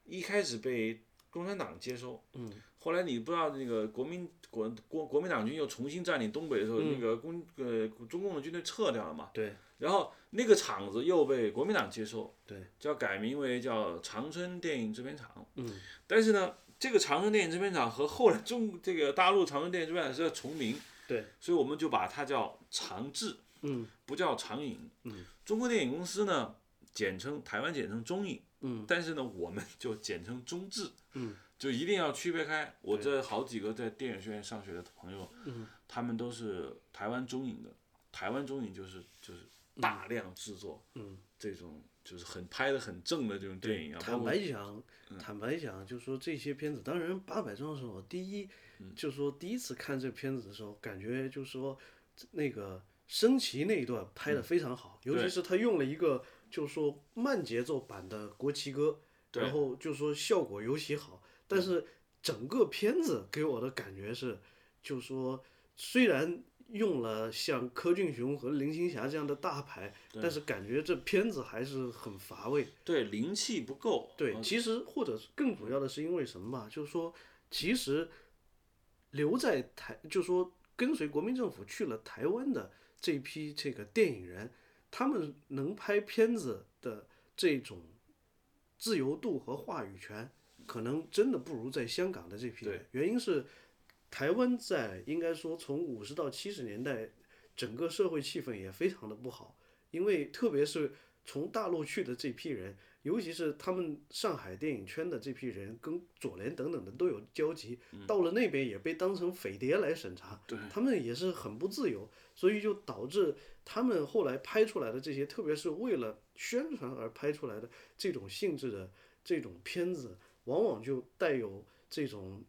S1: 一开始被共产党接收，嗯，后来你不知道那个国民国国国民党军又重新占领东北的时候，那个共呃中共的军队撤掉了嘛，
S2: 对，
S1: 然后那个厂子又被国民党接收，
S2: 对，
S1: 叫改名为叫长春电影制片厂，嗯，但是呢，这个长春电影制片厂和后来中这个大陆长春电影制片厂是要重名，
S2: 对，
S1: 所以我们就把它叫长治，嗯，不叫长影，嗯，中国电影公司呢，简称台湾简称中影，嗯， (laughs) 但是呢，我们就简称中制，嗯，就一定要区别开。我这好几个在电影学院上学的朋友，嗯，他们都是台湾中影的，台湾中影就是就是
S2: 嗯
S1: 大量制作，嗯，这种就是很拍的很正的这种电影啊，包
S2: 坦
S1: 括
S2: 白讲，坦白讲，就说这些片子，当然《八百壮士》，我第一，
S1: 嗯
S2: 就说第一次看这片子的时候，感觉就说那个升旗那一段拍的非常好，尤其
S1: 嗯对
S2: 是他用了一个就说慢节奏版的国旗歌，
S1: 对
S2: 然后就说效果尤其好。但是整个片子给我的感觉是，就说虽然。用了像柯俊雄和林青霞这样的大牌，但是感觉这片子还是很乏味。
S1: 对灵气不够，啊
S2: 对，其实或者是更主要的是因为什么吧？就是说，其实留在台，就是说跟随国民政府去了台湾的这一批这个电影人，他们能拍片子的这种自由度和话语权，可能真的不如在香港的这批人。原因是台湾在应该说从五十到七十年代，整个社会气氛也非常的不好，因为特别是从大陆去的这批人，尤其是他们上海电影圈的这批人，跟左联等等的都有交集，到了那边也被当成匪谍来审查，他们也是很不自由，所以就导致他们后来拍出来的这些，特别是为了宣传而拍出来的这种性质的这种片子，往往就带有这种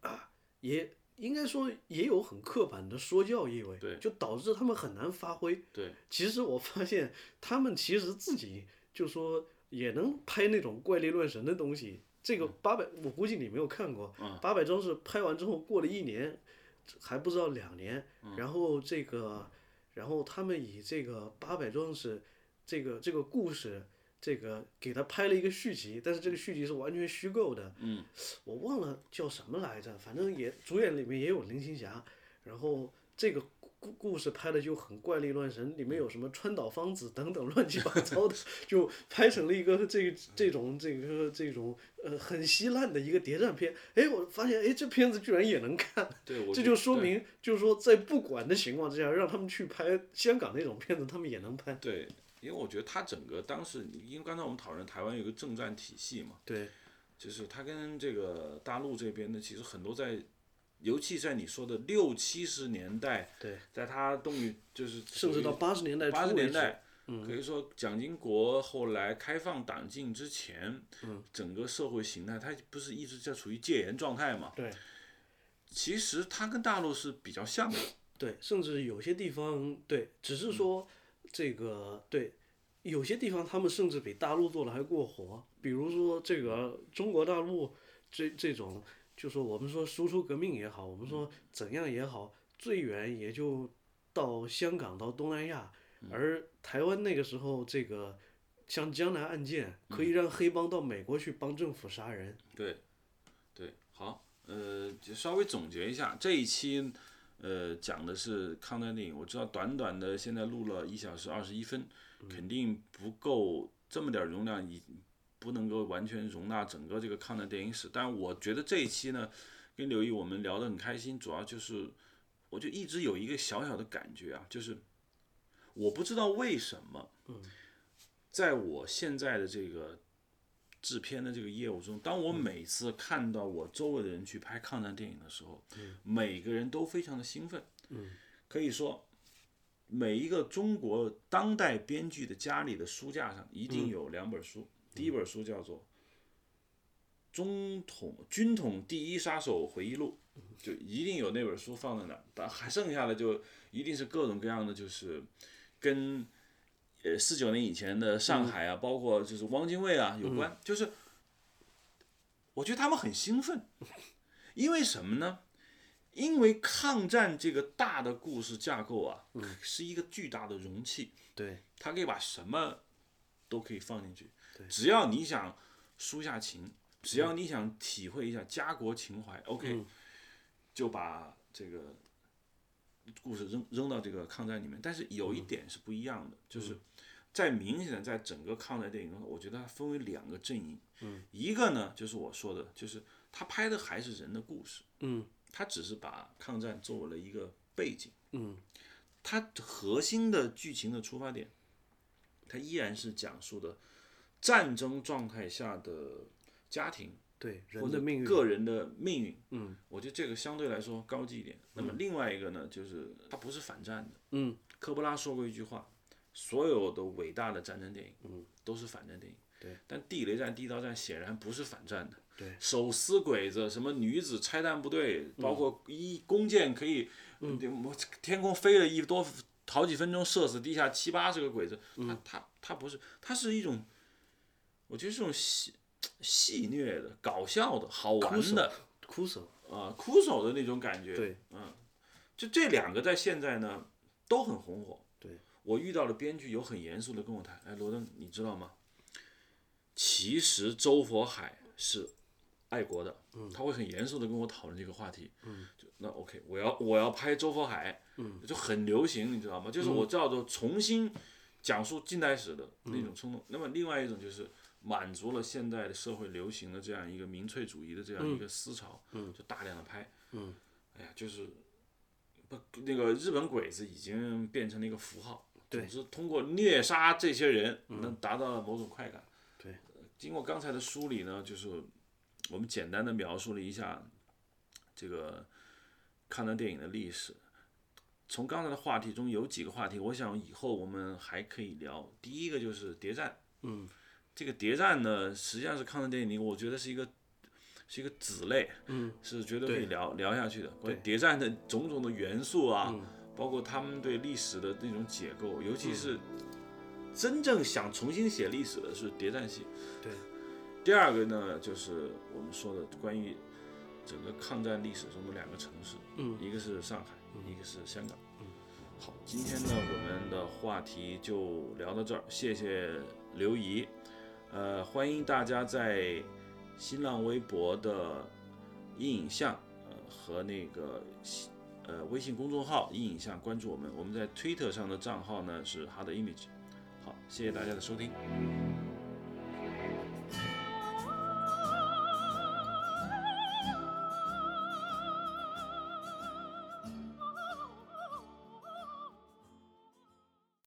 S2: 啊，也应该说也有很刻板的说教意味，
S1: 对
S2: 就导致他们很难发挥。
S1: 对
S2: 其实我发现他们其实自己就说也能拍那种怪力乱神的东西。这个八百，我估计你没有看过。八百装饰拍完之后，过了一年，还不知道两年，然后这个，然后他们以这个八百壮士这个这个故事，这个给他拍了一个续集，但是这个续集是完全虚构的。嗯，我忘了叫什么来着，反正也主演里面也有林青霞，然后这个故故故事拍的就很怪力乱神，里面有什么川岛芳子等等 (laughs) 乱七八糟的，就拍成了一个这这种这个这种呃很稀烂的一个谍战片。哎，我发现哎这片子居然也能看，
S1: 对，我
S2: 这
S1: 觉
S2: 就
S1: 得
S2: 说
S1: 对
S2: 明就是说在不管的情况之下，让他们去拍香港那种片子，他们也能拍。
S1: 对，因为我觉得他整个当时，因为刚才我们讨论台湾有个政战体系嘛，
S2: 对，
S1: 就是他跟这个大陆这边的，其实很多在，尤其在你说的六七十年代，
S2: 对，
S1: 在他动于就是
S2: 甚至到八十年代嗯
S1: 八
S2: 初
S1: 十
S2: 为
S1: 年
S2: 止，
S1: 代，可以说蒋经国后来开放党禁之
S2: 嗯
S1: 前，整个社会形态它不是一直在处于戒严状态嘛？
S2: 对，
S1: 其实它跟大陆是比较像的，
S2: 对，甚至有些地方对，只是说这个对，有些地方他们甚至比大陆做的还过火，比如说这个中国大陆这这种，就说我们说输出革命也好，我们说怎样也好，最远也就到香港到东南亚，而台湾那个时候这个。像江南案件可以让黑帮到美国去帮政府杀人，
S1: 对，对，好，呃，就稍微总结一下这一期，呃，讲的是抗战电影。我知道短短的现在录了一小时二十一分，肯定不够这么点儿容量，已不能够完全容纳整个这个抗战电影史。但我觉得这一期呢，跟刘毅我们聊得很开心，主要就是我就一直有一个小小的感觉啊，就是我不知道为什么，在我现在的这个制片的这个业务中，当我每次看到我周围的人去拍抗战电影的时候，每个人都非常的兴奋。可以说，每一个中国当代编剧的家里的书架上一定有两本书，第一本书叫做《中统军统第一杀手回忆录》，就一定有那本书放在那儿。但还剩下的就一定是各种各样的，就是跟呃四九年以前的上海啊，包括就是汪精卫啊有关，就是我觉得他们很兴奋，因为什么呢？因为抗战这个大的故事架构啊，是一个巨大的容器，
S2: 对，
S1: 它可以把什么都可以放进去。只要你想抒下情，只
S2: 嗯
S1: 要你想体会一下家国情怀，OK，、就把这个故事扔扔到这个抗战里面。但是有
S2: 嗯
S1: 一点是不一样的，就是在明显的在整个抗战电影中，我觉得它分为两个阵营。
S2: 嗯
S1: 一个呢，就是我说的，就是他拍的还是人的故事。
S2: 嗯，
S1: 他只是把抗战作为了一个背景。
S2: 嗯，
S1: 它核心的剧情的出发点，它依然是讲述的战争状态下的家庭
S2: 对，
S1: 或
S2: 人
S1: 者
S2: 的命运，
S1: 个人的命运。嗯，我觉得这个相对来说高级一点。那么另外一个呢，就是它不是反战的。
S2: 嗯，
S1: 科波拉说过一句话：所有的伟大的战争电影，嗯，都是反战电影。
S2: 对，
S1: 但地雷战、地道战显然不是反战的。
S2: 对，嗯
S1: 手撕鬼子，什么女子拆弹部队，包括一弓箭可以，嗯，我天空飞了一多好几分钟，射死地下七八十个鬼子。
S2: 嗯
S1: 他他他不是，他是一种，我觉得是一种戏戏谑的、搞笑的、好
S2: 哭
S1: 玩
S2: 手
S1: 的，
S2: 哭手，
S1: 啊、哭手的那种感觉。
S2: 对，
S1: 嗯，就这两个在现在呢都很红火。
S2: 对，
S1: 我遇到了编剧有很严肃的跟我谈，哎，罗登，你知道吗？其实周佛海是爱国的，他会很严肃的跟我讨论这个话题。嗯，就那 OK，我要我要拍周佛海，嗯，就很流行，你知道吗？就是我叫做重新讲述近代史的那种冲动。那么另外一种就是满足了现代的社会流行的这样一个民粹主义的这样一个思潮，嗯，就大量的拍，
S2: 嗯，
S1: 哎呀，就是不那个日本鬼子已经变成了一个符号。
S2: 对嗯
S1: 总之通过虐杀这些人，能达到了某种快感。
S2: 对
S1: 呃，经过刚才的梳理呢，就是我们简单的描述了一下这个抗战电影的历史。从刚才的话题中有几个话题，我想以后我们还可以聊。第一个就是谍战，
S2: 嗯，
S1: 这个谍战呢，实际上是抗战电影里我觉得是一个是一个子类，
S2: 嗯，
S1: 是绝对可以
S2: 对
S1: 聊聊下去的。关于
S2: 对
S1: 谍战的种种的元素啊，
S2: 嗯
S1: 包括他们对历史的那种解构，尤其是真正想重新写历史的是谍战系。
S2: 对，
S1: 第二个呢，就是我们说的关于整个抗战历史中的两个城市，
S2: 嗯
S1: 一个是上海，一个是香港。好，今天呢，我们的话题就聊到这儿，谢谢刘怡。呃，欢迎大家在新浪微博的一影像，呃和那个西呃微信公众号一影像关注我们，我们在 Twitter 上的账号呢是 Hard Image。好，谢谢大家的收听。